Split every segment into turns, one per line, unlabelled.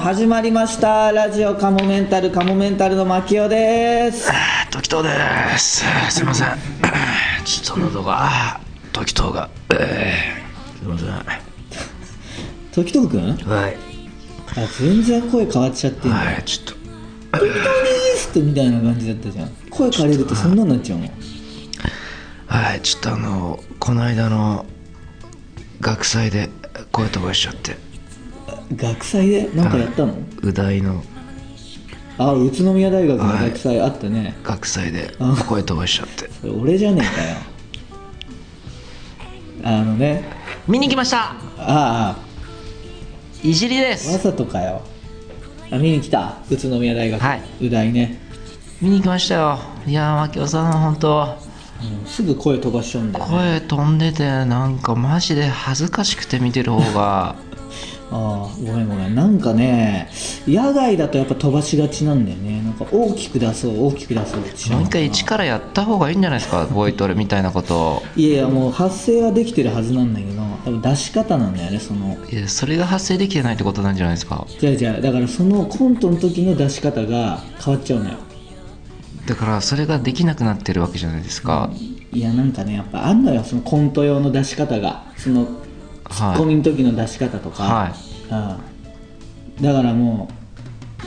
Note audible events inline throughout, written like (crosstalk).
始まりましたラジオカモメンタルカモメンタルの牧雄です
時藤ですすいませ
(coughs)
んちょっと喉が時藤が、えーすいませんは
時藤くんあ
い
全然声変わっちゃってんだ
はいちょっと
イーストみたいな感じだったじゃん声変えるとそんなんなっちゃうもん
はいちょっとあのこの間の学祭で声飛ばしちゃって
学祭でなんかやったの
う大の
あ宇都宮大学の学祭あったね
学祭で
あ
声飛ばしちゃって
それ俺じゃねえかよあのね
見に来ました
あ
いじりで
あわ
す
ざとかよあ見に来た宇都宮大学
はい
宇大ね
見に来ましたよいやー槙尾さん本当
うんすぐ声飛ばしちゃうんだよね
声飛んでてなんかマジで恥ずかしくて見てる方が
ああごめんごめんなんかね野外だとやっぱ飛ばしがちなんだよねなんか大きく出そう大きく出そうってしちゃ
も
う
う
のかな
一回一からやった方がいいんじゃないですかボイトレみたいなことを
いやいやもう発声はできてるはずなんだけど多分出し方なんだよねその
いやそれが発生できてないってことなんじゃないですか
じゃあじゃあだからそのコントの時の出し方が変わっちゃうのよ
だからそれができなくなってるわけじゃないですか、
いやなんかねやっぱあんのよそのコント用の出し方がそのツッコミの時の出し方とか、
はい
うんだからも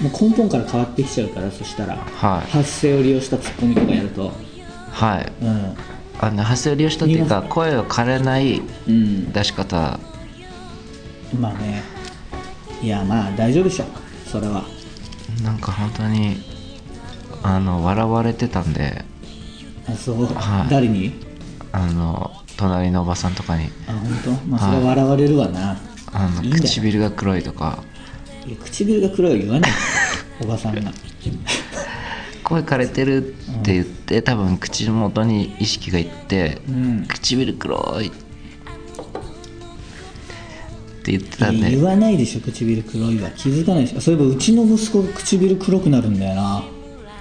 うもう根本から変わってきちゃうからそしたら、
はい
発声を利用したツッコミとかやると
はい
うん
あの発声を利用したっていうか声を枯れない
うん
出し方
まあねいやまあ大丈夫でしょそれは
なんか本当にあの笑われてたんで
あそう、
はい
誰に
あの隣のおばさんとかに
あ本当まあそれは笑われるわな、
あの
いいんだよ
唇が黒いとか
いや唇が黒いは
(laughs)
言わないおばさんが
声枯れてるって言って、多分口元に意識がいって、
うん
唇黒いって言ってたんで
言わないでしょ唇黒いは気づかないでしょそういえばうちの息子が唇黒くなるんだよな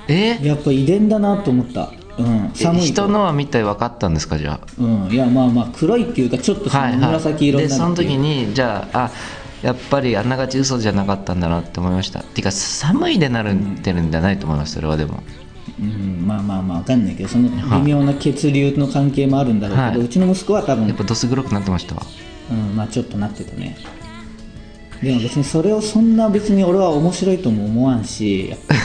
え
やっぱ遺伝だなと思ったうん寒いと
人のは見て分かったんですかじゃ
うんいやまあまあ黒いっていうかちょっと
あ
その紫色に
で
なる
その
っていう
時にじゃああやっぱりあながち嘘じゃなかったんだなって思いましたていうか寒いでなるってるんじゃないと思いますそれはでも
うんまあまあまあわかんないけどその微妙な血流の関係もあるんだろうけど、
はいう
ちの息子は多分
やっぱどす黒くなってましたわ
うんまあちょっとなってたねでも別にそれをそんな別に俺は面白いとも思わん
(laughs)
しやっぱり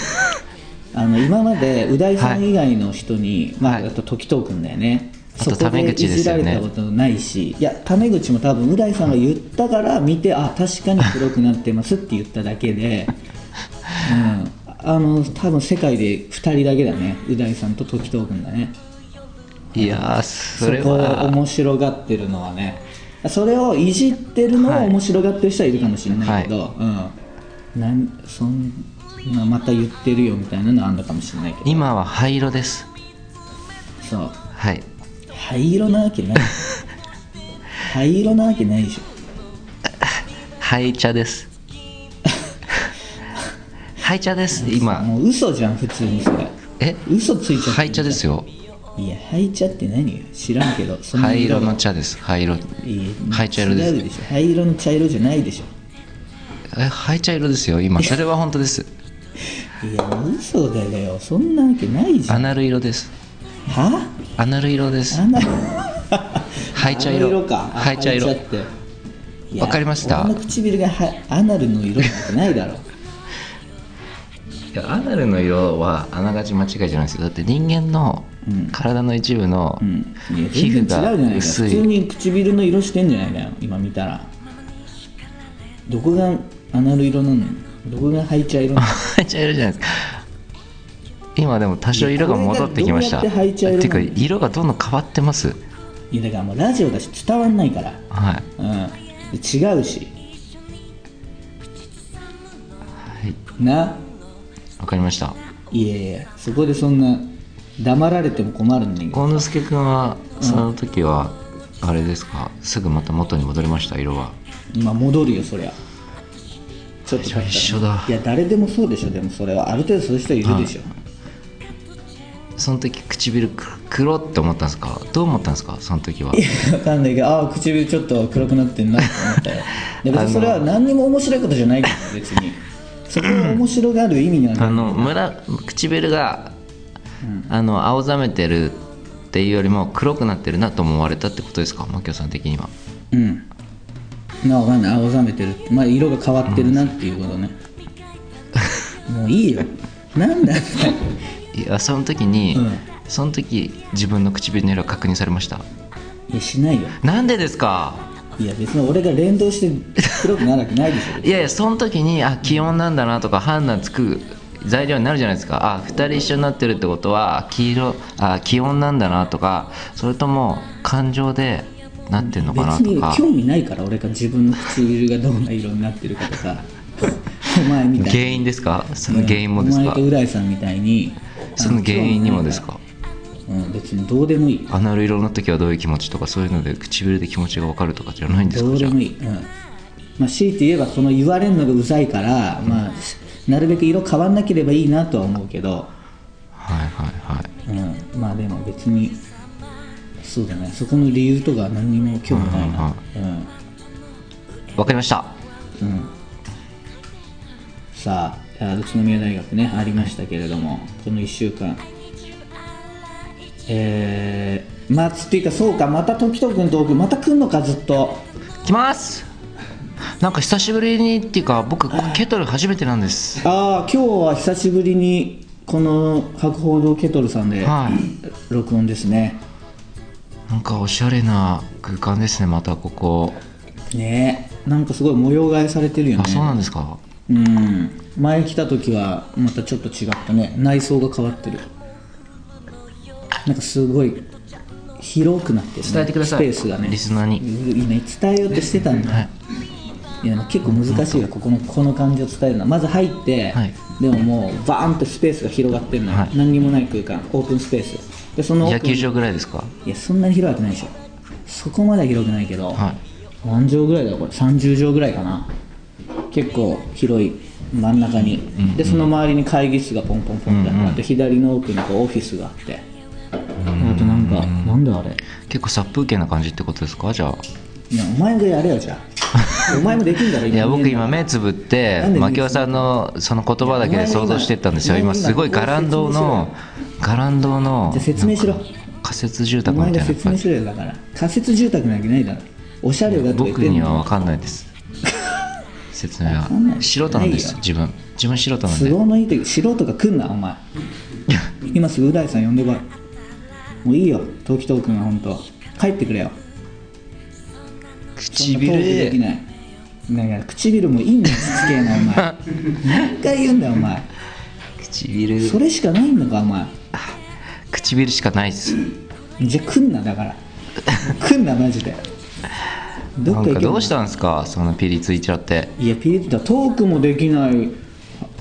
あの今までう大さん以外の人に、まあ、
はい
あと時藤君だよね、
あと
そこ
タメ口
いじられ
で
た
すよ
こ
ね
とないし、いやタメ口も多分う大さんが言ったから見て、あ確かに黒くなってますって言っただけ
(laughs)
で、うん、あの多分世界で2人だけだねう大さんと時藤君だね
いやーそ
そ
れ
こを
は
面白がってるのはねそれをいじってるのを
はい
面白がってる人はいるかもしれないけど、うん、なんそんなまた言ってるよみたいなのあんだかもしれないけど
今は灰色です
そう
はい
灰色なわけ
(laughs)
ない灰色なわけないでしょ
灰茶です
(laughs)
灰茶です今
もう嘘じゃん普通にそれ
え
嘘ついちゃって
灰茶ですよ
いや灰茶って何よ知らんけどその
灰色
が
の茶です灰色
いや
灰茶色です
違うでしょ灰色の茶色じゃないでしょ
え灰茶色です
(laughs)
よ今それは本当です
いや嘘だよそんなわけないじゃ
ア
ん
ナル色です
は
アナル色です
なんだ
灰茶色
あの色かあ
灰茶色
灰っていや
わかりました
俺の唇がはアナルの色なんてない
(laughs)
だろ
いやアナルの色はあながち間違いじゃないですよだって人間の
うん
体の一部の
うんいや
皮
全然違う
膚
じゃ
が
ないか
薄
普通
い
に唇の色してんじゃないかよ今見たらどこがアナル色なのどこが灰茶色な
(laughs)
の
灰茶色じゃないですか今でも多少色が戻ってきました
いやこれがどうやって灰茶色なの
てか色がどんどん変わってます
いやだからもうラジオだし伝わんないから
はい
うん違うし
はい
な
わかりました
いやいやそこでそんな黙られても困るんだけど
幸之助君はその時はあれですか、すぐまた元に戻りました色は
まあ戻るよそりゃちょっと経ったら
一緒だ
いや誰でもそうでしょでもそれはある程度そういう人いるでしょ、
その時唇く黒って思ったんですかどう思ったんですかその時は
わかんないけどああ唇ちょっと黒くなってんなって思ったよで別にそれは何にも面白いことじゃないけど別にそこが面白がる意味にはな
あ
る
の村唇が、あの青ざめてるっていうよりも黒くなってるなと思われたってことですかマキオさん的には
うんなあわかんない青ざめてるまあ色が変わってるなっていうこと (laughs) ね、もういいよなんだ
いやその時に、
うん
その時自分の唇の色確認されました
いやしないよ
なんでですか
いや別に俺が連動して黒くなるわけないでし
いやいやその時にあ気温なんだなとか判断つく材料になるじゃないですかあ2人一緒になってるってことは黄色あ気温なんだなとかそれとも感情でなってん
ょ
のかな
別
と
に
か
興味ないから俺が自分の唇がどんな色になってるかと
(laughs)
かお前みたいな
原因ですかその原因もです
お
か
前と浦井さんみたいに
その原因にもですか
うん別にどうでもいい
アナル色の時はどういう気持ちとかそういうので唇で気持ちが分かるとかじゃないんです
ど
か
うで
じゃあ
もいい、うんまあ、強いて言えばその言われるのがうざいから、まあ、なるべく色変わんなければいいなとは思うけど、
はいはいはい
うん、まあでも別にそうだねそこの理由とか何にも興味ないな
分かりました
うん、うんさあじゃあ宇都宮大学ねありましたけれどもこの1週間えー、まあつっていうかそうかまた時藤君と奥また来んのかずっと
来ますなんか久しぶりにっていうか僕ケトル初めてなんです
ああ今日は久しぶりにこの博報堂ケトルさんで
はい
録音ですね、
なんかおしゃれな空間ですねまたここ
ねえなんかすごい模様替えされてるよね
あそうなんですか
うん前来た時はまたちょっと違ったね内装が変わってるなんかすごい広くなってる、ね、
伝えてください
スペースがね
リスナーに
いいね伝えようとしてたんだ、
はい
いや結構難しいよここのこの感じを伝えるのはまず入って、
はい
でももうバーンとスペースが広がってるのよ、
はい
何にもない空間オープンスペースでその奥に
野球場ぐらいですか
いやそんなに広くないでしょそこまでは広くないけど、
はい
何畳ぐらいだろうこれ30畳ぐらいかな結構広い真ん中に、でその周りに会議室がポンポンポンってあって、あと左の奥にこうオフィスがあって、あとなんか、なんだあれ
結構殺風景な感じってことですかじゃあ
いやお前がやれよじゃ
(laughs)
あお前もできんだろ
いや僕今目つぶって
なんで
牧雄さんのその言葉だけで想像してったんですよ
お前
今
が
すごいガランドのガランドの
じゃあ説明しろ
仮設住
お
宅み
前
た
が
いな
説明
感じ
するよだから仮設住宅なわけないだろおしゃれだとか言っ
僕
てん
に
の
は分かんないです説明は
わかんない
素人なんで
いい
す
よ
自分自分素人なんで
都合のいい時素人が来んなお
(laughs)
前今すぐう大さん呼んでこいもういいよ時藤君は本当帰ってくれよそんなトークでき
唇
ないだから唇もいいんだよしつけえなお
(laughs)
前何回言うんだよお前
唇
それしかないんだかお前
唇しかないです
じゃあ来んなだから来んなマジでどっか
なん
行
か
け
どうしたんですかそのピリついちゃって
いやピリッとトークもできない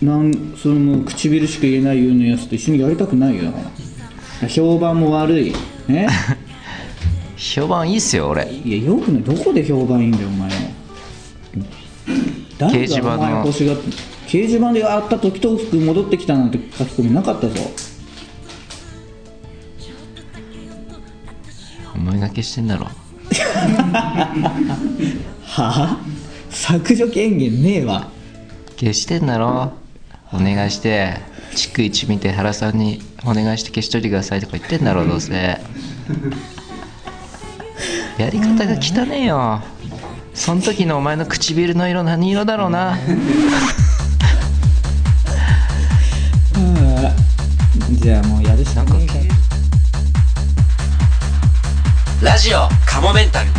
なんその唇しか言えないようなやつと一緒にやりたくないよだから評判も悪いね
評判いいっすよ俺
いやよくねどこで評判いいんだよお前誰
掲示
が
板
お
の
前欲しがって掲示板であった時とく戻ってきたなんて書き込みなかったぞ
思いがけしてんだろ
はあ削除権限ねえわ
消してんだろお願いして逐一見て原さんにお願いして消しといてくださいとか言ってんだろどうせやり方が汚ねえよその時のお前の唇の色何色だろうな
じゃあもうやるしかねえから
ラジオカモメンタル
っ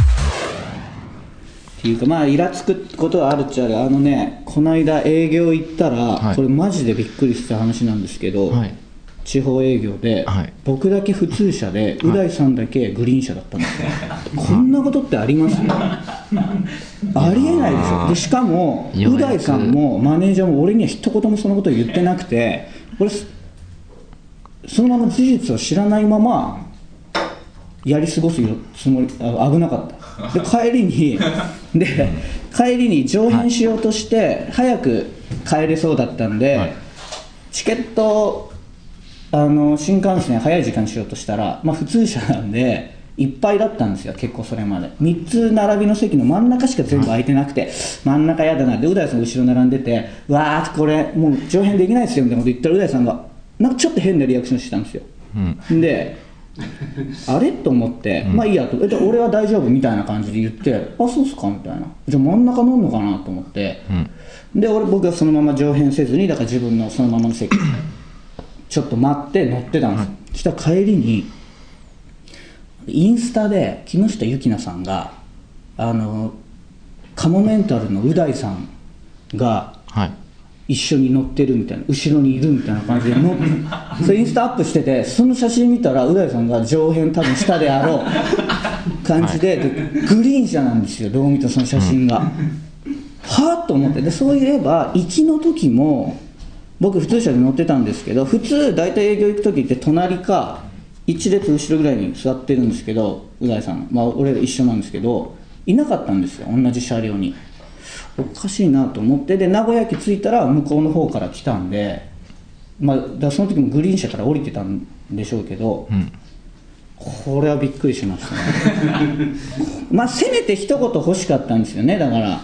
ていうかまあイラつくことはあるっちゃあるあのねこの間営業行ったら、
はい
これマジでびっくりした話なんですけど、
はい
地方営業で、
はい
僕だけ普通車でう大さんだけグリーン車だったんですよ、こんなことってありますありえないでしょでしかも
よう
う
やく
大さんもマネージャーも俺には一言もそのこと言ってなくて俺そそのまま事実を知らないままやり過ごすつもりあ危なかったで帰りにで帰りに上編しようとして早く帰れそうだったんで、チケットをあの新幹線早い時間にしようとしたら、まあ、普通車なんでいっぱいだったんですよ結構それまで3つ並びの席の真ん中しか全部空いてなくて真ん中やだなでう大さん後ろ並んでて「うわーこれもう上辺できないですよ」みたいなこと言ったらう大さんがなんかちょっと変なリアクションしてたんですよ、であれと思って、まあいいやと、えじゃあ俺は大丈夫みたいな感じで言って、あ、そうっすかみたいな、じゃあ真ん中乗んのかなと思って、で、俺、僕はそのまま上辺せずに、だから自分のそのままの (coughs) 席、ちょっと待って乗ってたんです、そしたら帰りに、インスタで木下ゆきなさんが、あの、カモメンタルのう大さんが、
はい
一緒に乗ってるみたいな後ろにいるみたいな感じでのそれインスタアップしててその写真見たらう大さんが上辺多分下であろう感じで,で、グリーン車なんですよどう見てもその写真が、はあと思ってでそういえば行きの時も僕普通車で乗ってたんですけど普通大体営業行く時って隣か1列後ろぐらいに座ってるんですけどう大さんまあ俺一緒なんですけどいなかったんですよ同じ車両におかしいなと思ってで名古屋駅着いたら向こうの方から来たんで、まあ、だからその時もグリーン車から降りてたんでしょうけど、これはびっくりしましたね (laughs) まあせめて一言欲しかったんですよねだから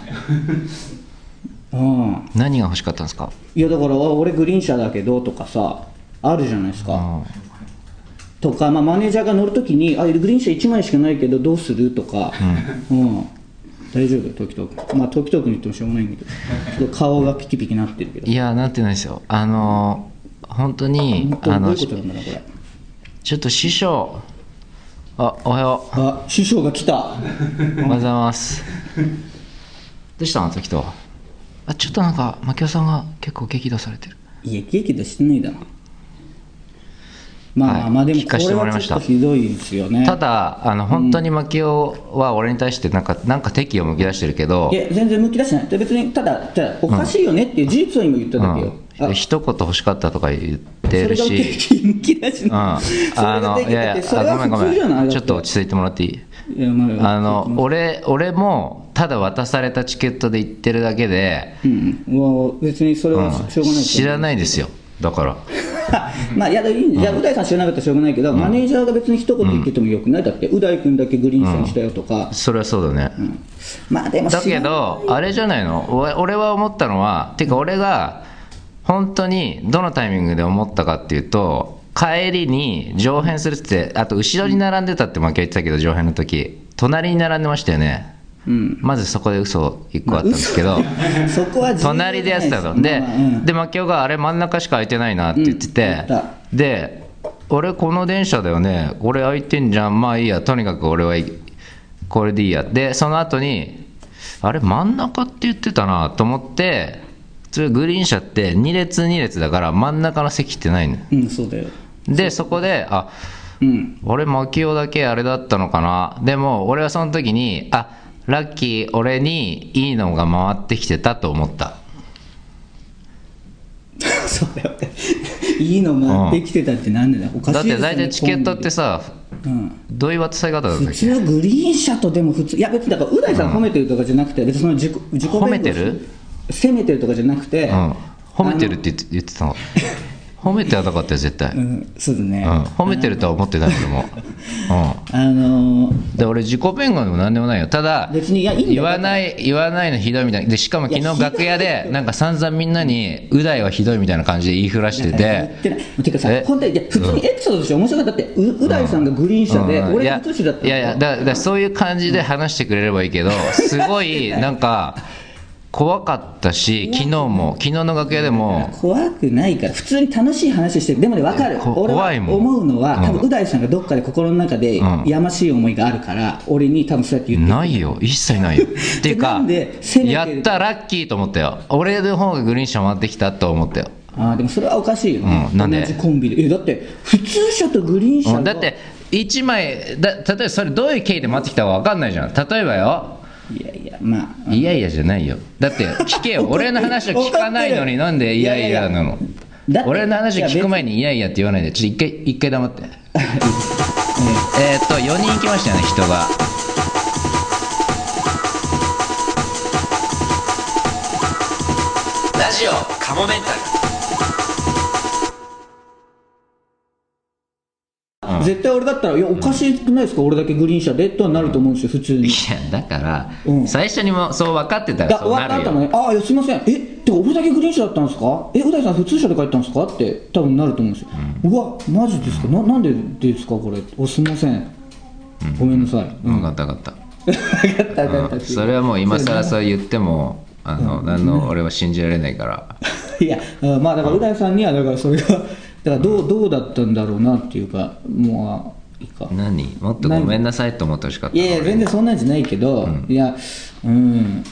うん
何が欲しかったんですか
いやだからあ俺グリーン車だけどとかさあるじゃないですか、
あ
とか、まあ、マネージャーが乗るときにあ、グリーン車1枚しかないけどどうするとか、うん大丈夫、時々、まあ、時々に言ってもしょうがないんだけど、ちょっと顔がピキピキなってるけど、
いやなんてないですよあの本当に
本当
あ
にどうい
の
うことなんだろう、これ。
ちょっと師匠あおはよ
あ師匠が来た、 (laughs)
うおはようございますどうしたの時とあちょっとなんか槙尾さんが結構激怒されてる
いや、激怒してないだろ。まあまあ、
はい
まあでも、
聞
こ
かせ
れ
てもらい
は
ま
ち
し
ょ
た
っとひどいですよね。
ただあの本当に槙尾は俺に対してなんかなんか敵意をむき出してるけど
いや、全然むき出してない、で別にただ、ただおかしいよねっていう事実を今言っただけよ。あ
うん、一言欲しかったとか言ってる
それが
し
敵むき出し
うん、
な
あ
い
の
それが敵
いや
だ
い
って
や
それ
あ
は
ごめんご
普通じゃな
め
い
ん
だ
ち
て
ょっと落ち着いてもらっていい
いやまあ
あの俺俺もただ渡されたチケットで行ってるだけで、
うん、もう別にそれは
うん
しょうがない
知ら
い
ないですよだから
(laughs) まあいやでもいいんじゃあう大さん知らなかったらしょうがないけど、マネージャーが別に一言言っててもよくないだってう大君だけグリーン車にしたよとか、
それはそうだね、
まあでも
だけ
知らん
どあれじゃないの俺俺は思ったのはてか俺が本当にどのタイミングで思ったかっていうと帰りに上辺するってあと後ろに並んでたって負け言ってたけど上辺の時隣に並んでましたよね
うん
まずそこで嘘一個あったんですけど、
そこは重要じゃない
隣でやってたので、
まあまあうん
で槙尾があれ真ん中しか空いてないなって言って
うん
て
言った、
で俺この電車だよね俺空いてんじゃんまあいいやとにかく俺はいいこれでいいやでその後にあれ真ん中って言ってたなと思ってそれグリーン車って2列2列だから真ん中の席ってないの
うん、そうだよ
でそこであ
うん (laughs)
俺槙尾だけあれだったのかなでも俺はその時にあラッキー俺にいいのが回ってきてたと思った
そうだよ (laughs) いいのができてたってなんでだよおかしい
だって
ですよね
大体チケットってさ
うん
どういう渡され方だった
普
っけ
通グリーン車とでも普通いや別にだからう大さん褒めてるとかじゃなくて別にその自己自己弁護
褒めてる
責めてるとかじゃなくて、
うん褒めてるって言って言ってたの褒めてはなかったよ絶対、
う
うん、
んそうだね、
褒めてるとは思ってないけ
(laughs)
ども、
あのー
うん、で俺自己弁護でも何でもないよただ
別にいやいいんだよ
言わない言わないのひどいみたいなでしかも昨
いや
日
ひどい
楽屋でなんか散々みんなに「うだいはひどい」みたいな感じで言いふ
(laughs)
らして
言って
て
ないてかさ
え
本当にいや普通にエピソードとして面白かったってうう大さんがグリーン車で、
うんい
俺
や
が都市だったの
いやいやだだからそういう感じで話してくれればいいけど、すごいなんか怖かっ
(laughs)
たし昨日も昨日の楽屋でも
怖くないから普通に楽しい話してるでもね分かる
こ
俺
怖い
は
もん
思うのは
うん
多分う大さんがどっかで心の中で
うん
やましい思いがあるから、俺に多分そうやって言って
ないよ一切
(laughs)
ないよっていう
な
か
んで攻めてる
やったラッキーと思ったよ俺の方がグリーン車回ってきたと思ったよ、
あーでもそれはおかしいよね、
うんなんで
同じコンビでえだって普通車とグリーン車
う
が
んだって1枚だ例えばそれどういう経緯で回ってきたか分かんないじゃん例えばよ
いやいやまあ
いやいやじゃないよだって
(laughs)
聞けよ俺の話を聞かないのになんでいやいやなの
だって
俺の話を聞く前にいやいやって言わないでちょっと一回一回黙ってえーっと4人行きましたよね人が
ラジオカモメンタル
全絶対俺だったら、いや、おかしくないですか、俺だけグリーン車でとはなると思うんですよ、普通に
い。やだから、
うん
最初にもそう分かってたら
だ
そう
分
な
かっ
る
た
よ
のね、ああ、いやすみません、えってか俺だけグリーン車だったんですか、え、う大さん、普通車で帰ったんですかって、多分なると思うんですよ、うわ、マジですか、ななんでですか、これ、おすみません、ごめんなさい、う
分
ん、分
かった分かった
かった、分かった、
うんそれはもう今更そう言ってもあの何の俺は信じられないから
(laughs) いや、うんまあだから、う大さんには、だからそれが、だからどうどうだったんだろうなっていうか、もう、いいか。
何もっとごめんなさいと思ってほしかった
い
な
やいや、
俺
全然そんなんじゃないけど、いや、うん、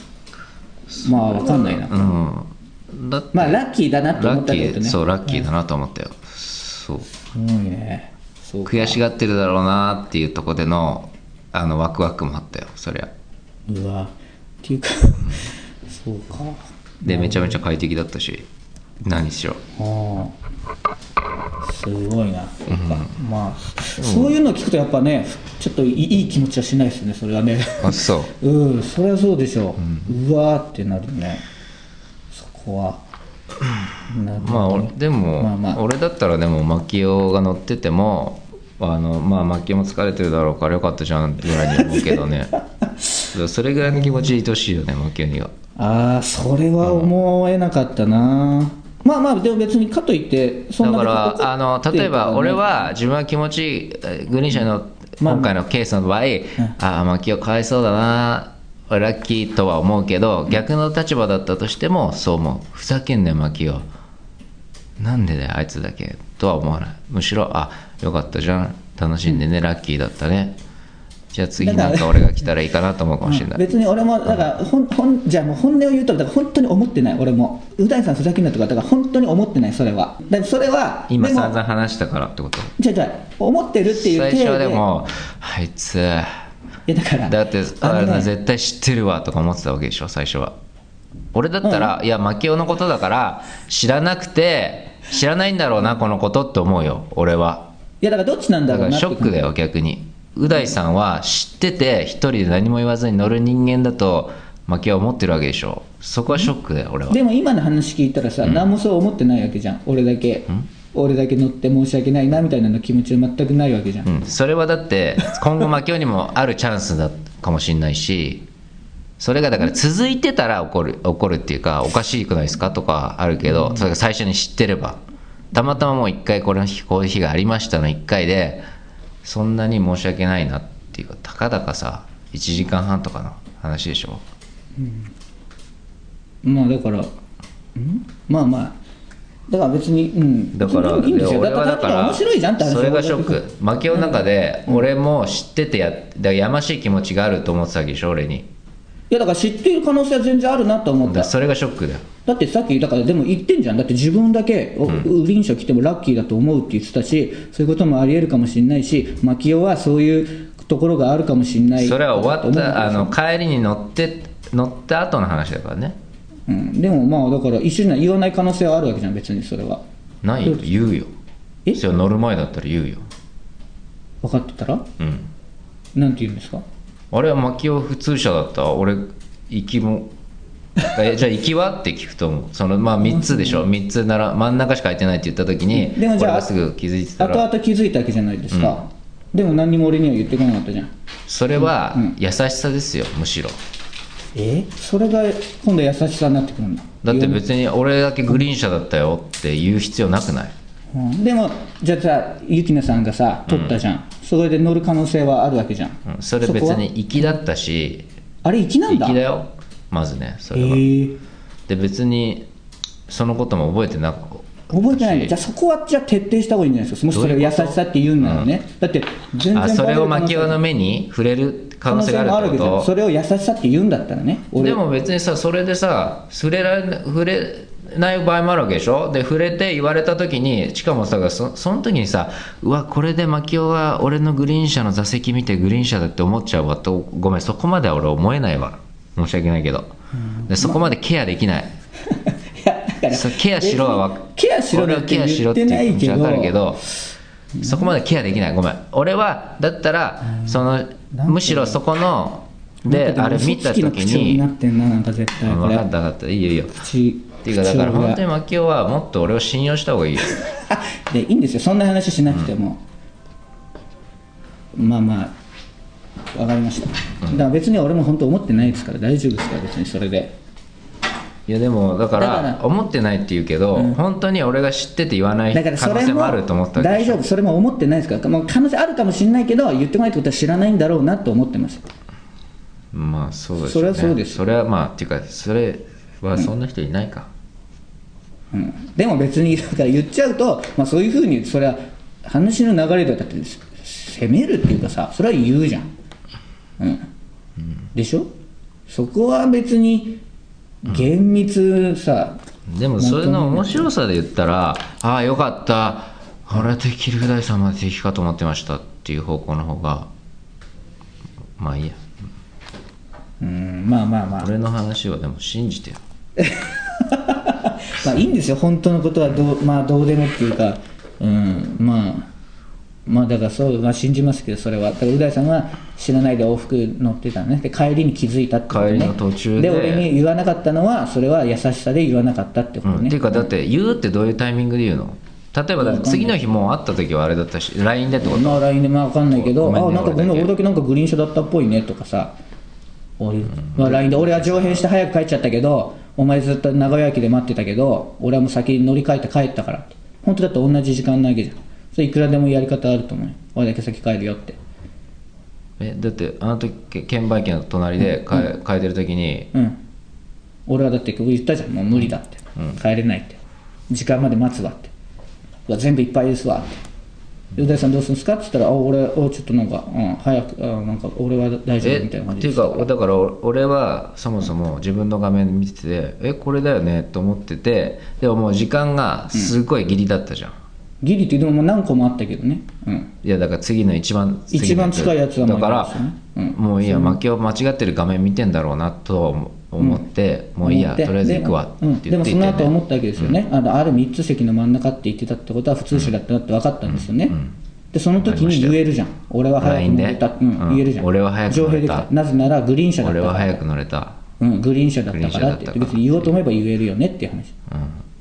まあ、わかんないな。
うんだって
まあ、ラッキーだなって
ラ
思っ
ッ
た
キ
ってこと
ー
ね。
そうラッキーだなと思ったよそう
すごいね。そうか
悔しがってるだろうなっていうとこでのあのワクワクもあったよそりゃ
うわっていうか (laughs) そうか
でめちゃめちゃ快適だったし何しろ
ああすごいな、そうかまあそういうの聞くとやっぱねちょっといいいい気持ちはしないですねそれはね
あそう
うんそれはそうでしょう、うわーってなるねそこはなるほど
まあ俺でも、
まあまあ
俺だったらでもマキオが乗っててもあのまあマキオも疲れてるだろうからよかったじゃんぐらいに思うけ
(laughs)
どねそれぐらいの気持ちでいてほしいよねマキオには
ああそれは思えなかったな、まあまあでも別にかといってそ
だ
んな
か
別に
らあの例えば俺は自分は気持ちいいえグリーン車の
まあ
今回のケースの場合、ああマキオかわいそうだなラッキーとは思うけど逆の立場だったとしてもそう思うふざけんなよマキオなんでだよあいつだけとは思わないむしろあよかったじゃん楽しんでねラッキーだったねじゃあ次なんか俺が来たらいいかなと思うかもしれない
別に俺もだからほんほんじゃあもう本音を言うとだから本当に思ってない俺もう大さんふざけんなとかだから本当に思ってないそれはだからそれは
今
でも
散々話したからってこと
じゃあじゃあ思ってるっていう
最
体
初はでもあいつ
いやだから
だって
あ
あ
のね
れ絶対知ってるわとか思ってたわけでしょ最初は俺だったら、いやマキオのことだから知らなくて知らないんだろうなこのことって思うよ俺はい
やだからどっちなんだ
だか
ろう
ら
な
ショックだ
よ
よ逆にう大さんは知ってて一人で何も言わずに乗る人間だとマキオは思ってるわけでしょそこはショックだよ俺は
でも今の話聞いたらさ、何もそう思ってないわけじゃん俺だけ、俺だけ乗って申し訳ないなみたいなの気持ちは全くないわけじゃん、
うん、それはだって今後マキオにもあるチャンスだかもしれないしそれがだから続いてたら怒る怒るっていうかおかしくないですかとかあるけどそれが最初に知ってればたまたまもう1回これの日こういう日がありましたの1回でそんなに申し訳ないなっていうかたかだかさ1時間半とかの話でしょ
まあだから、うん、まあまあだから別にうん
だから
別にいいんですよ
俺
だか
は
らだから面白いじゃんって話
それがショッ
俺だ
ク負けの中で俺も知っててやだからやましい気持ちがあると思ってたわけでしょ俺に
けいやだから知ってる可能性は全然あるなと思
だ
った
からそれがショックだよ
だってさっきだからでも言ってんじゃんだって自分だけおグリーン車来てもラッキーだと思うって言ってたしそういうこともありえるかもしれないしマキオはそういうところがあるかもしれない
それは終わっ
と思うんだけ
た
ど
あの帰りに乗って乗った後の話だからね
うん、でもまあだから一緒には言わない可能性はあるわけじゃん別にそれは
ないよ言うよ
え
それ乗る前だったら言うよ
分かってたら
うん
なんて言うんですか
俺は薪を普通車だった俺行き
(laughs)
もえじゃあ行きはって聞くと思うそのまあ3つでしょ3つなら真ん中しか空いてないって言った時に
でもじゃあ
俺がすぐ気づいてた
後
ら
々気づいたわけじゃないですか、でも何にも俺には言ってこなかったじゃん
それは優しさですよむしろ
えそれが今度優しさになってくるんだ
だって別に俺だけグリーン車だったよって言う必要なくない
うんでもじゃあさゆきなさんがさ取ったじゃん、それで乗る可能性はあるわけじゃん、
うんそれ別
こは
に行きだったし
あれ粋な
行
んだ
きだよまずねそ
へ
れは
ー
で別にそのことも覚えてなく
覚えてないじゃあそこはじゃあ徹底した方がいいんじゃないですかもしそれを優しさって言うんならね、だって全然
あそれを
バレる可能性
牧雄の目に触れる可能性があるっ
可能性
て
もわけじゃ
こ
んそれを優しさって言うんだったらね
と
俺
でも別にさそれでさ触れられな触れない場合もあるわけでしょで触れて言われた時にしかもさそその時にさうわこれで牧雄が俺のグリーン車の座席見てグリーン車だって思っちゃうわとごめんそこまでは俺思えないわ申し訳ないけどでそこまでケアできない、
いやだから
そうケアしろはわ
ケアしろ
俺
だ
は
って
ケアしろ
言
っ
っててないいう
気
け
持ちわ
ど
かるけどそこまでケアできないごめん俺はだったらそのむしろそこのであれ見た時
嘘つきの口調に
に
なってんななんか絶対こ
分
れ
かった分かったいいよいいよっ
口
ていうかだから
口調が
本当にマキオはもっと俺を信用した方がいいよ
でいいんですよそんな話しなくても、まあまあわかりました、だから別に俺も本当思ってないですから大丈夫ですから別にそれで
いやでもだか
だからら
思ってないって言うけど、本当に俺が知ってて言わない
だか
可
らそ
能
れ
性
も
もあると思ったわけ
大丈夫それも思ってないですからもう可能性あるかもしれないけど言ってこないってことは知らないんだろうなと思ってます
まあそうです
それはそうですよ
それはまあっていうかそれはそんな人いないか、
うんでも別にだから言っちゃうと、まあ、そういうふうにそれは話の流れでだって責めるっていうかさそれは言うじゃん、うんでしょそこは別に厳密さ、
でもそれの面白さで言ったらああよかった俺は敵ルフ大さんまで敵かと思ってましたっていう方向の方がまあいいや
うん、まあまあまあ
俺の話はでも信じてよ
まあいいんですよ本当のことはどう,、まあ、どうでもっていうか、うん、まあまあだからそう、まあ、信じますけどそれはだからう大さんは知らないで往復乗ってたのねで帰りに気づいたってことね
帰りの途中で
俺に言わなかったのはそれは優しさで言わなかったってこと
うん
ね、
っていうかだって言うってどういうタイミングで言うの例えばだって次の日もう会った時はあれだったし LINE でってこと
まあ LINE でまあ分かんないけど、
ごめんね
あなんかごめん
俺だ
俺
け
だけなんかグリーン車だったっぽいねとかさ俺、まあ、LINE で俺は上辺して早く帰っちゃったけどお前ずっと名古屋駅で待ってたけど俺はもう先に乗り換えて帰ったからって本当だと同じ時間なわけじゃんそれいくらでもやり方あると思うよ俺だけ先帰るよって
えだってあの時け券売機の隣でかえ変えてる時に
うん俺はだって言ったじゃんもう無理だって、帰れないって時間まで待つわってうわ全部いっぱいですわって「う大さんどうするんですか?」って言ったら「あ俺おちょっとなんか、うん、早くあなんか俺は大丈
え
夫」みたいな
っ
感
て
じ
いう
で
かだからお俺はそもそも自分の画面見ててえこれだよねと思っててでももう時間がすごいギリだったじゃん、
ギリってでももう何個もあったけどね、うん、
いやだから次の一番次の
一番近いやつは
だか
ま
ら
あいいですねうん
もういいや負けを間違ってる画面見てんだろうなとは思思ってもういい
思
や
って
とりあえず行くわって
で,、う
言
ん、
って
でもその後
行って
思ったわけですよね、あのある3つ席の真ん中って言ってたってことは普通車だったなって分かったんですよね、でその時に言えるじゃん俺は早く乗れた、う
LINE で
ん、言えるじゃん、
うん俺は早く乗れた
上辺で来なぜならグリーン車だった
俺
から
は早く乗れた
うん、グリーン車だったからって言って
グリーン車だったから
別に言おうと思えば言えるよねっていう話、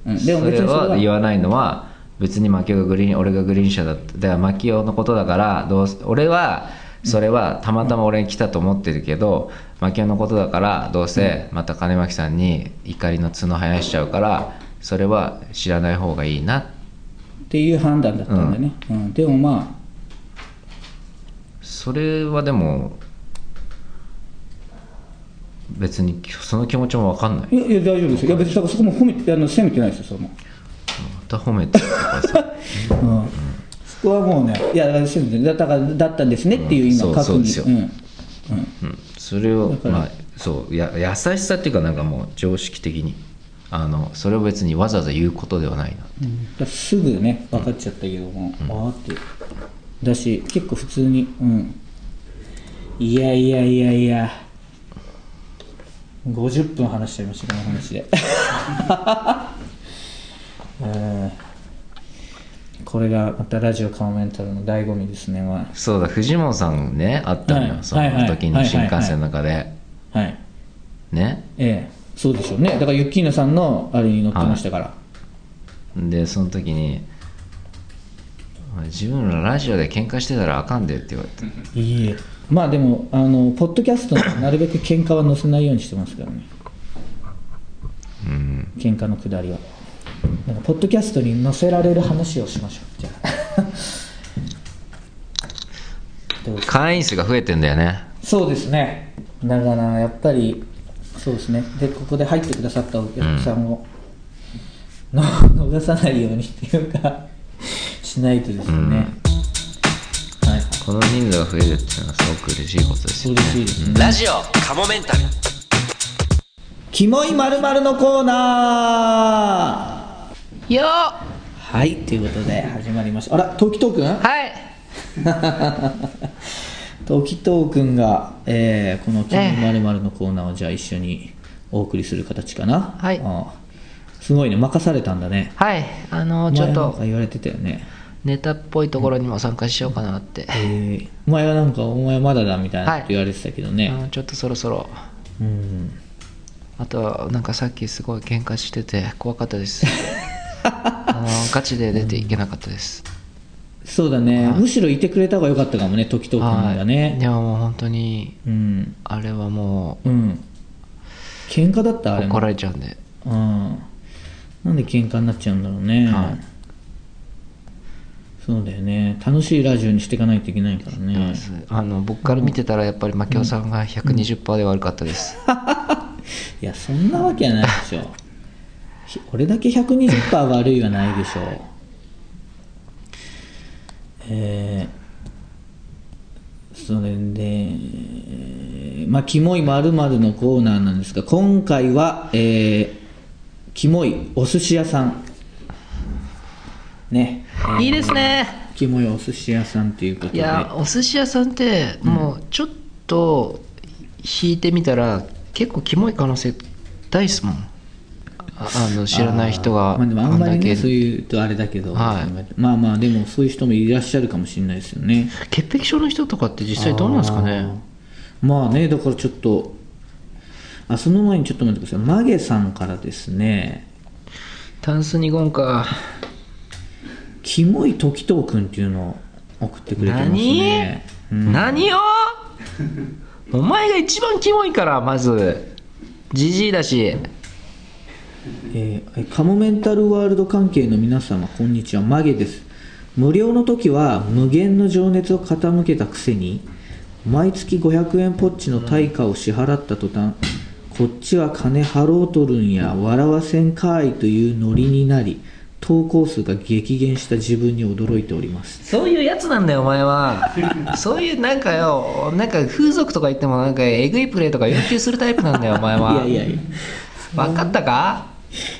う
うんんでも
そ
別に
れ
それは
は言わないのは別にマキオがグリーン俺がグリーン車だったでマキオのことだからどうす俺はそれはたまたま俺に来たと思ってるけど、マキオのことだからどうせまた金巻さんに怒りの角生やしちゃうからそれは知らない方がいいな
っていう判断だったんだね、うんでもま
それはでも別にその気持ちも分かんない
あいやいや大丈夫ですよいや別にだからそこも褒めてあの責めてないですよその
また褒めてるとかさ
うんそこはもうね、いや、だからそうですねだからだったんですねっていう今、
うんそう
過
そ
去
うで
に
すよ
うんうん
うんそれをまあそうや優しさっていうかなんかもう常識的にあのそれを別にわざわざ言うことではないな
だからすぐね、分かっちゃったけども、あーって、だし、結構普通に、うん、いやいやいやいや、50分話しちゃいました、この話で。 (laughs) うんこれがまたラジオカモメンタルの醍醐味ですね、ま
そうだ藤本さんねあったのよ、
はい
その時
は
に
いはい
新幹線の中で、
あはい。
ね
ええ、そうでしょうね。だから、ユッキーナさんのあれに乗ってましたから。
でその時に「自分らラジオで喧嘩してたらあかんで」って言われて
いいえまあでもあの (coughs) ポッドキャストになるべく喧嘩は載せないようにしてますからね
うん
喧嘩のくだりはなんかポッドキャストに載せられる話をしましょうじゃあ (laughs) どうですか
会員数が増えてんだよね
そうですねだからやっぱりそうですねでここで入ってくださったお客さんを、の (laughs) 逃さないようにっていうかしないとですね、
うん
はい
この人数が増えるっていうのはすごく嬉しいことですよね
嬉しいですね、
ラジオカモメンタル
キモいまるのコーナー
よ
はいということで始まりましたあら時藤君
はい
時藤君が、えーこの「キモいまるのコーナーをじゃあ一緒にお送りする形かな
はい
あーすごいね任されたんだね
はいあのちょっ
前なん
と
か言われてたよね
ネタっぽいところにも参加しようかなって、
えーお前はなんかお前はまだだみたいな
はい
こと言われてたけどね、
あのちょっとそろそろ
うん
あとなんかさっきすごい喧
(laughs)
嘩してて怖かったですあのガチで出ていけなかったです、
そうだね、むしろいてくれた方が良かったかもね時と君が
はい
ね、
でももう本当に
うん
あれはも
うん喧嘩だったあ
う
れも
怒られちゃうんで
うんなんで喧嘩になっちゃうんだろうね、
はい
そうだよね楽しいラジオにしていかないといけないからね
あの僕から見てたらやっぱりマキオさんが120%で悪かったです、
いやそんなわけはないでしょ (laughs) ひ俺だけ120%悪いはないでしょえー、それでえーまあキモいまるのコーナーなんですが今回はえー、キモいお寿司屋さんね
いいですね
キモいお寿司屋さんということ
い
で
やお寿司屋さんってもうちょっと引いてみたら結構キモい可能性大っすもんああの知らない人が
まあでもあんまり
だ
ね
け
そういうとあれだけど、
はい
まあまあでもそういう人もいらっしゃるかもしれないですよね
潔癖症の人とかって実際どうなんですかね
あーまあねだからちょっとあその前にちょっと待ってくださいマゲさんからですね
タンスにゴンか
キモい時藤君っていうのを送ってくれてますねうん
何 (laughs) よお前が一番キモいからまずジジイだし
えーカモメンタルワールド関係の皆様こんにちはマゲです無料の時は無限の情熱を傾けたくせに毎月500円ポッチの対価を支払った途端こっちは金払うとるんや笑わせんかいというノリになり投稿数が激減した自分に驚いております
そういうやつなんだよお前 (laughs) はそういうなんかよなんか風俗とか言ってもなんかえぐいプレーとか要求するタイプなんだよお前
い
は
やいやいや
分かったか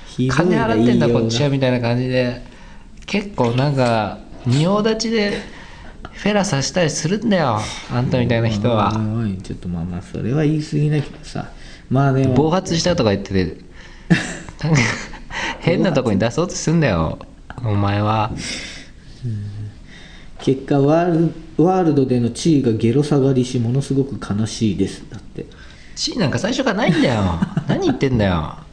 ひどい
金
な
払って
言い
んだ
よう
こ
が
っちはみたいな感じで結構なんか仁王立ちでフェラさせたりするんだよあんたみたいな人は
おいおいちょっとまあまあそれは言い過ぎなきゃさまあでも
暴発したとか言っててなんか変なとこに出そうとすんだよお前は
結果ワールワールドでの地位がゲロ下がりしものすごく悲しいですだって
地位なんか最初からないんだよ何言ってんだよ
あ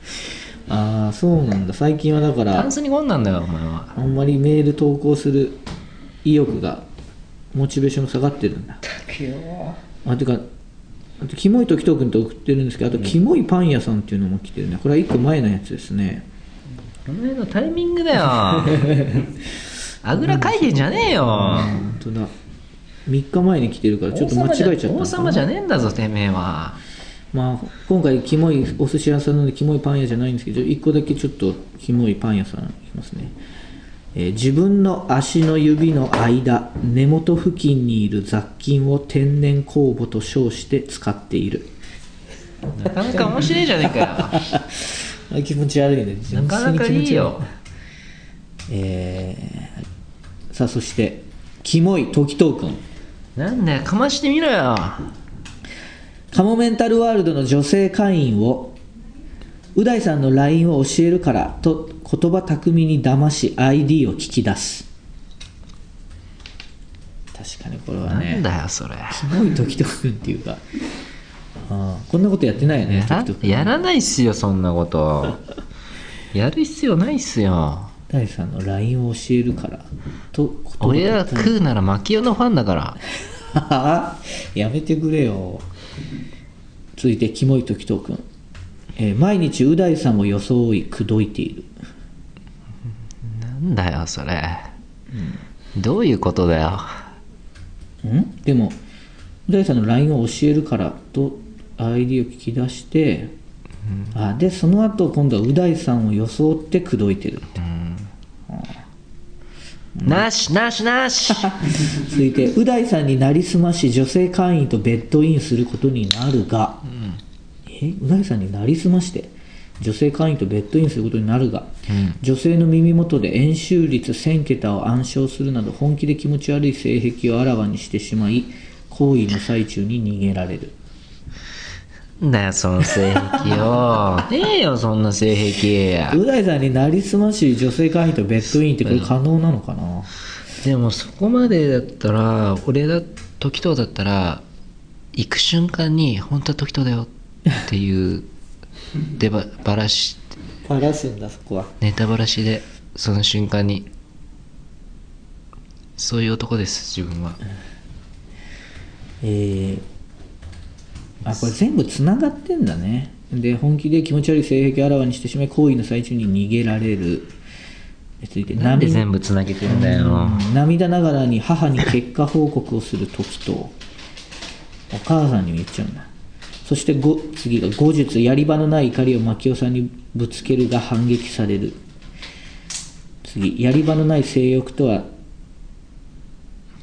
あそうなんだ最近はだか
タン
ら
スにゴンなんだよお前は
あんまりメール投稿する意欲がモチベーションが下がってるんだあてかあとキモい時藤君と送ってるんですけどあとキモいパン屋さんっていうのも来てるねこれは1個前のやつですね
お前のタイミングだよあぐらかいてんじゃねえよ
本当だ3日前に来てるからちょっと間違えちゃったのかな
王様じゃねえんだぞてめえは
まあ、今回キモいお寿司屋さんなのでキモいパン屋じゃないんですけど一個だけちょっとキモいパン屋さんいきますね、えー自分の足の指の間根元付近にいる雑菌を天然酵母と称して使っている
なかなか面白いじゃねえか
あ気持ち悪いね
よなかなかいいよ
えーさあそしてキモい時藤君
なんだよかましてみろよ
カモメンタルワールドの女性会員をう大さんの LINE を教えるからと言葉巧みに騙し ID を聞き出す確かにこれは
なん
ね
だよそれ
キモい時とくんっていうかあーこんなことやってないよね
やら
時とくん
やらないっすよそん
(laughs)
なことやる必要ないっすよ
う大さんの LINE を教えるからと言葉
俺は食うならマキオのファンだから
はあ (laughs) やめてくれよ続いてキモい時とくん、えー毎日う大さんを装い口説いている
なんだよそれ、どういうことだよ
んでも大さんの LINE を教えるからと ID を聞き出して、あでその後今度はう大さんを装って口説いてるって
なしなしなし
続いてう大さんになりすまし女性会員とベッドインすることになるが、えう大さんになりすまして女性会員とベッドインすることになるが、女性の耳元で円周率1000桁を暗唱するなど本気で気持ち悪い性癖をあらわにしてしまい行為の最中に逃げられる
なんだよその性癖
(laughs)
よねえよそんな性癖
う大さんになりすまし女性会員とベッドインってこれ可能なのかな
でもそこまでだったら俺だ時藤だったら行く瞬間に本当は時藤だよっていうでばばらし
バラすんだそこは
ネタばらしでその瞬間にそういう男です自分は
えーあこれ全部つながってんだねで本気で気持ち悪い性癖をあらわにしてしまい行為の最中に逃げられるえ続いて
なんで
涙
全部つなげてんだよ
涙ながらに母に結果報告をする時とお母さんにも言っちゃうんだそしてご次が後日やり場のない怒りを牧雄さんにぶつけるが反撃される次やり場のない性欲とは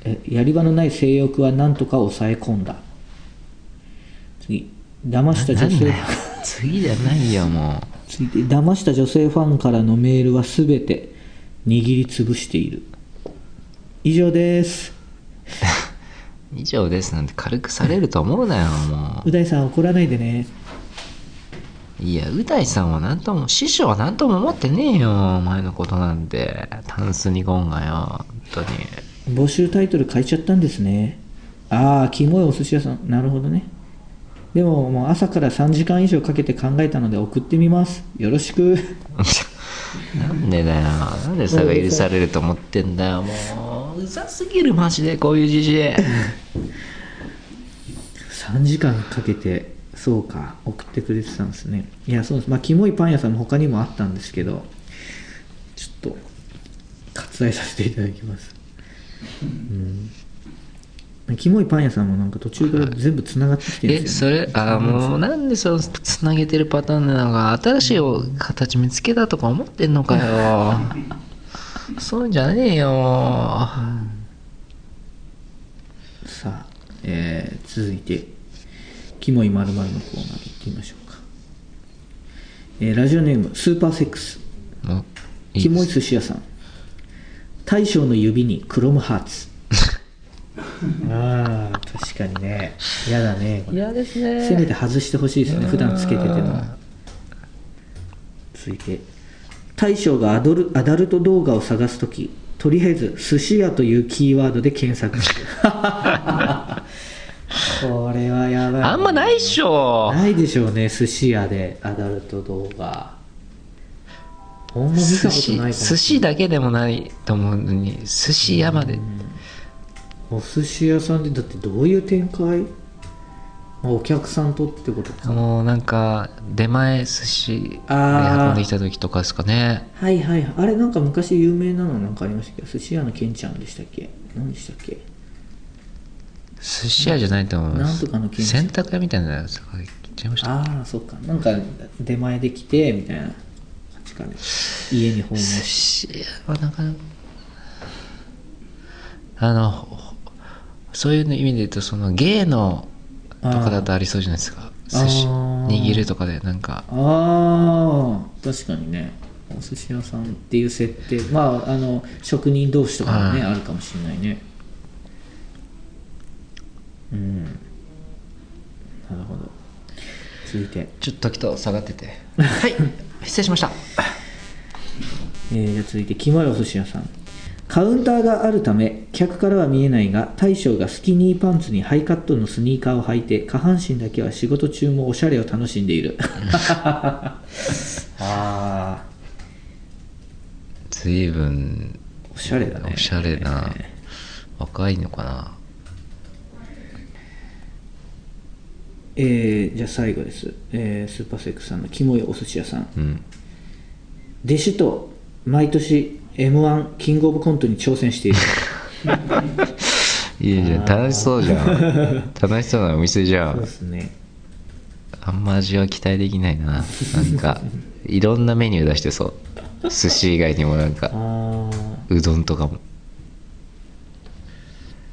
えやり場のない性欲は何とか抑え込んだ次騙した
な
女
ん
性
だよ次じゃないよも
ついて騙した女性ファンからのメールは全て握りつぶしている以上です
う以上ですなんて軽くされると思うなよも
う大さん怒らないでね
ういやう大さんは何とも師匠は何とも思ってねえよお前のことなんてタンスにゴンがよ本当に (laughs)
募集タイトル変えちゃったんですねああキモいお寿司屋さんなるほどねでももう朝から3時間以上かけて考えたので送ってみますよろしく
なんでだよなんで差が許されると思ってんだよもううざすぎるマジでこういうじじい
3時間かけてそうか送ってくれてたんですねいやそうですまあキモいパン屋さんも他にもあったんですけどちょっと割愛させていただきますうんキモいパン屋さんもなんか途中から全部つながってきてるん
え
です
そ
よ、ね、
れあもうなんでそのつなげてるパターンなのか新しいお形見つけたとか思ってんのかよ (laughs) そうじゃねえよ
さあ、えー続いてキモいまるのコーナー行ってみましょうか、えーラジオネームスーパーセックス
もうい
キ
い
モい寿司屋さん大将の指にクロムハーツ (laughs) ああ確かにね嫌だねこれ
嫌です
せめ
ね
て外してほしいですね普段つけてて
う
も
ん
続いて大将がアドルアダルト動画を探す時とりあえず「寿司屋」というキーワードで検索する (laughs) これはやばい
あんまないっしょ
ないでしょうね寿司屋でアダルト動画ほんま見た
寿
こと
司
ないかも
寿司だけでもないと思うのに寿司屋まで
お寿司屋さんでだってどういう展開、まあ、お客さんとってことか
もうなんか出前寿司で
あー
運んできた時とかですかね
はいはいはいあれなんか昔有名なのなんかありましたけど寿司屋のケンちゃんでしたっけ何でしたっけ
寿司屋じゃないと思いま
なん
す
とかの検査
洗濯屋みたいなやつとか行っちゃいました
ああそっかなんか出前できてみたいな感じかね家に訪問
寿
し
司屋はなかなかあのほそういう意味で言うとその芸能とかだとありそうじゃないですか寿司
あー
握るとかでなんか
ああ確かにねお寿司屋さんっていう設定まああの職人同士とかもね
う
あるかもしれないねうんなるほど続いて
ちょっと時と下がっててはい失礼しました
えーじゃあ続いてキモいお寿司屋さんカウンターがあるため客からは見えないが大将がスキニーパンツにハイカットのスニーカーを履いて下半身だけは仕事中もおしゃれを楽しんでいる (laughs) ああ
随分
おしゃれだね
おしゃれな若いのかな
えーじゃあ最後です、えースーパーセックスさんのキモいお寿司屋さん
うん
弟子と毎年 m 1キングオブコントに挑戦
(laughs)
している
いいじゃん楽しそうじゃん楽しそうなお店じゃ
そうんですね
あんま味は期待できないななんかいろんなメニュー出してそう寿司以外にもなん
あ
か
ー
うどんとかも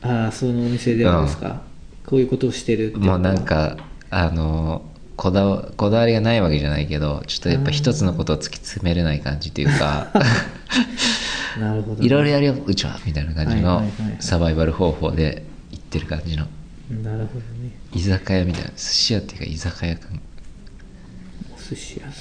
あーそのお店ではですか、こういうことをしてるってい
もうなんかあのこだわこだわりがないわけじゃないけどちょっとやっぱ一つのことを突き詰めれない感じというか
なるほど
いろいろやるようちはみたいな感じ
は
の
いはいはいはい
サバイバル方法で行ってる感じの
なるほどね
居酒屋みたいな寿司屋っていうか居酒屋感
お寿司屋さん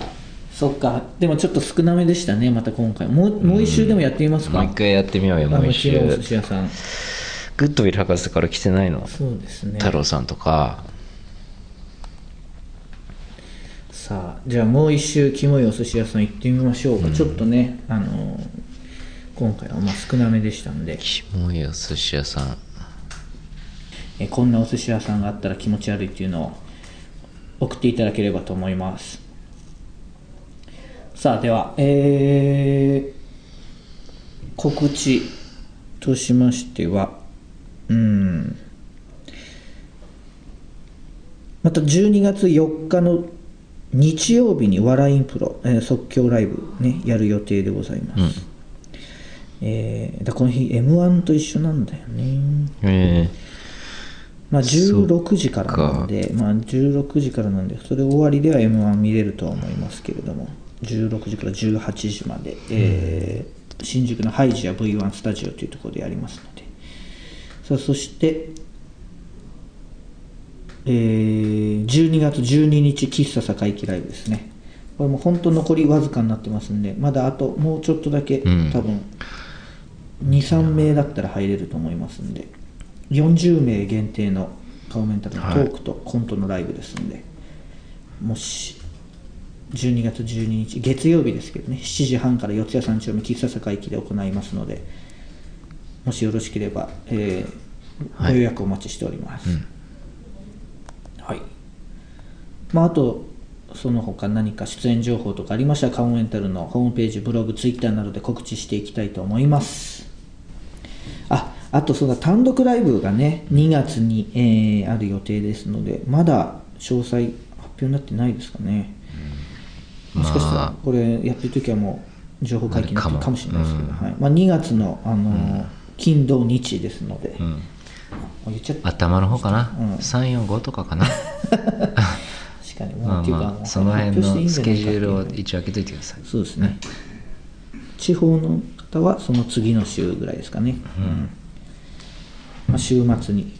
さあそっかでもちょっと少なめでしたねまた今回もうもう一周でもやってみますか
もう一回やってみようよ
あ
もう
のキ
一
モいお寿
周
司屋さん
グッドウィル博士から来てないの
そうですね
太郎さんとか
さあじゃあもう一周キモいお寿司屋さん行ってみましょうか、ちょっとねあのー今回はまあ少なめでしたので、
キモいお寿司屋さん
えーこんなお寿司屋さんがあったら気持ち悪いっていうのを送っていただければと思いますさあではえー告知としましてはうんまた12月4日の日曜日に笑いインプロ、えー即興ライブねやる予定でございます、えーだこの日 m 1と一緒なんだよね
え
まあ、16時からなんで、まあ、16時からなんで、それ終わりでは m 1見れるとは思いますけれども、16時から18時まで、えー新宿のハイジや V1 スタジオというところでやりますので、さあそして、えー12月12日、喫茶酒井ライブですね。これも本当残りわずかになってますんで、まだあともうちょっとだけ、
ん
多分2、3名だったら入れると思いますんで、40名限定の顔メンタルのトークとコントのライブですんで、もし、12月12日、月曜日ですけどね、7時半から四谷三丁目喫茶酒駅で行いますので、もしよろしければ、えー
はい
ご予約お待ちしております。はい。まあ、あと、その他何か出演情報とかありましたら、カモメンタルのホームページ、ブログ、ツイッターなどで告知していきたいと思います。あ、あとそうだ、単独ライブがね、2月に、えーある予定ですので、まだ詳細発表になってないですかね。もしかしたら
ま、
これやってる時はもう、情報解禁になってるかもしれないですけど、
うん
はいまあ、2月の、あのー金、土、日ですので、
あうん
もう言っちゃった。
頭の方かな、
うん
345とか
(laughs)
かな
確かに、も
ま
う
あ
っていうか
ま
もう
あその辺
発表していいん
の
じゃ
ス
ない
ケ
かっ
ジ
ていう
ュールを一応開けといてください
そうですね。地方の方はその次の週ぐらいですかね。うんまあ、週末に。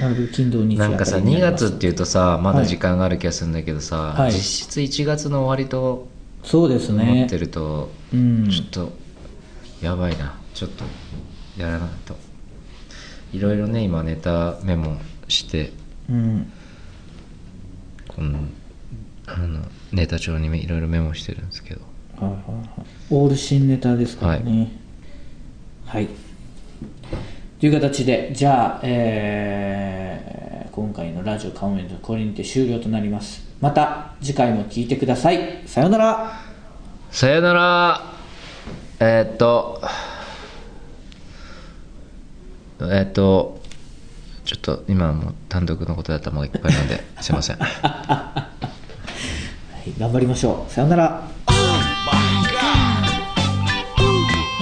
なるべく金土日
なんかさ2月っていうとさま
は
だ
い
時間がある気がするんだけどさ、
はい
実質1月の終わりと
そうです
思
ね
って。ると、
うん。
ちょっとやばいなちょっとやらないといろいろね今ネタメモして
うん。
このあのネタ帳にいろいろメモしてるんですけど
はいはいはい。オール新ネタですからね。はい。という形で、じゃあ、えー今回のラジオカウメント、これにて終了となります。また次回も聞いてください。さようなら。
さよならえーっとえーっとちょっと今もう単独のことで頭がいっぱいなんですいません
はい頑張りましょうさようなら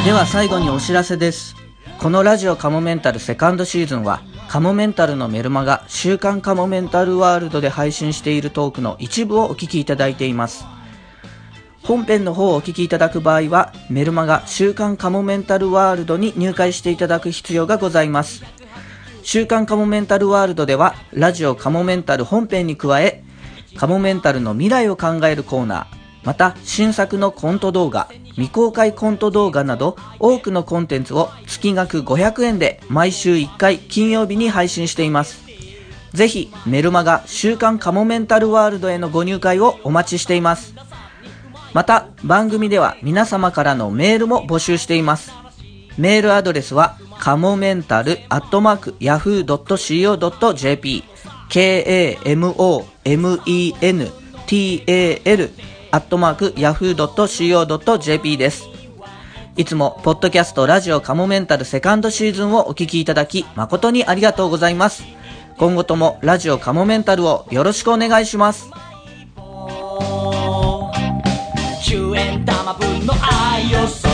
では最後にお知らせですこのラジオカモメンタルセカンドシーズンはカモメンタルのメルマガ週刊カモメンタルワールドで配信しているトークの一部をお聞きいただいています本編の方をお聞きいただく場合はメルマガ週刊カモメンタルワールドに入会していただく必要がございます週刊カモメンタルワールドでは、ラジオカモメンタル本編に加え、カモメンタルの未来を考えるコーナー、また新作のコント動画、未公開コント動画など、多くのコンテンツを月額500円で毎週1回金曜日に配信しています。ぜひ、メルマガ週刊カモメンタルワールドへのご入会をお待ちしています。また、番組では皆様からのメールも募集しています。メールアドレスは、かもメンタルアットマーク yahoo.co.jp k-a-m-o-m-e-n-t-a-l アットマーク yahoo.co.jp です。いつも、ポッドキャストラジオカモメンタルセカンドシーズンをお聞きいただき、誠にありがとうございます。今後ともラジオカモメンタルをよろしくお願いします。
10円玉分の愛を注